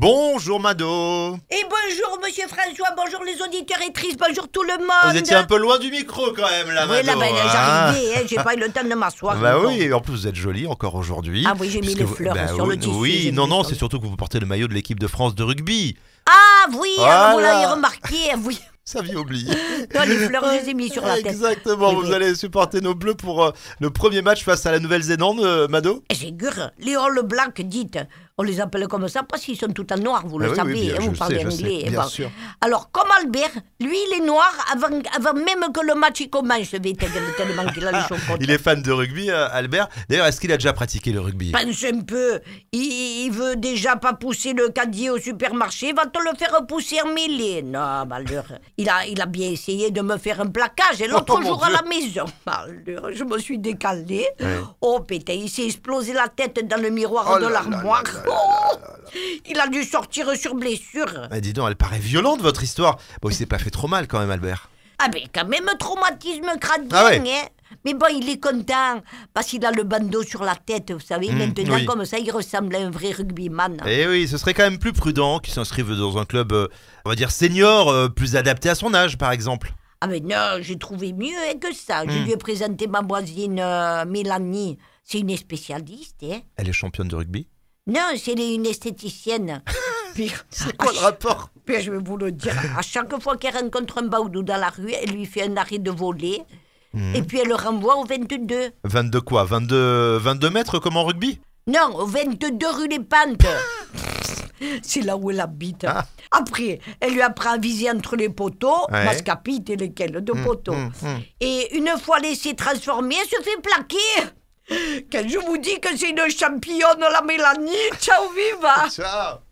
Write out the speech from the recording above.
Bonjour Mado Et bonjour Monsieur François, bonjour les auditeurs et tristes, bonjour tout le monde Vous étiez un peu loin du micro quand même là, Oui, Mado là, ben, hein. j'arrivais, hein, j'ai pas eu le temps de m'asseoir. Bah dis donc. oui, et en plus vous êtes jolie encore aujourd'hui. Ah oui, j'ai mis puisque les vous- bah fleurs sur oui, le tissu, Oui, j'ai non, mis non, ça. c'est surtout que vous portez le maillot de l'équipe de France de rugby. Ah oui, Voilà. ah, vous l'avez remarqué, ah oui. Ça vient oublié. Non, les fleurs, je les ai mis sur la tête. Exactement, Oui, vous oui. allez supporter nos bleus pour euh, le premier match face à la Nouvelle-Zélande, euh, Mado Et J'ai gure, les Eh, le blanc, dites. On les appelle comme ça parce qu'ils sont tout en noir, vous le Ah oui, oui, savez, bien, hein, je vous le parlez sais, je anglais. sais, eh bien ben. sûr. Alors, comme Albert, lui, il est noir avant, avant même que le match y commence, vite, tellement qu'il a le chocolat. Il est fan de rugby, euh, Albert. D'ailleurs, est-ce qu'il a déjà pratiqué le rugby Pense un peu. Il, il veut déjà pas pousser le caddie au supermarché. Va-t-on le faire pousser en mêlée Non, malheur. Il a, il a bien essayé de me faire un plaquage et l'autre Oh, mon jour à Dieu. la maison. Malheur, je me suis décalée. Ouais. Oh, pétain, il s'est explosé la tête dans le miroir Oh de là là là l'armoire. là là Oh il a dû sortir sur blessure. Ah, Dis donc, elle paraît violente votre histoire. Bon, il s'est pas fait trop mal quand même, Albert. Ah ben quand même traumatisme crânien, Ah ouais. hein. Mais bon, il est content parce qu'il a le bandeau sur la tête, vous savez. Maintenant, Mmh, oui. comme ça, il ressemble à un vrai rugbyman. Eh oui, ce serait quand même plus prudent qu'il s'inscrive dans un club, euh, on va dire senior, euh, plus adapté à son âge, par exemple. Ah mais non, j'ai trouvé mieux hein, que ça. Je Hmm. lui ai présenté ma voisine euh, Mélanie. C'est une spécialiste, hein Elle est championne de rugby. Non, c'est une esthéticienne. Puis- à ch- rapport puis je vais vous le dire. À chaque fois qu'elle rencontre un baoudou dans la rue, elle lui fait un arrêt de voler. Hmm. Et puis elle le renvoie au 22. 22 quoi 22, 22 mètres comme en rugby Non, au 22 rue des Pentes. C'est là où elle habite. Ah. Après, elle lui apprend à viser entre les poteaux, Ouais. mascapite et lesquels de poteaux. mm, mm. Et une fois laissée transformer, elle se fait plaquer. Quand je vous dis que c'est une championne, la Mélanie, ciao viva Ciao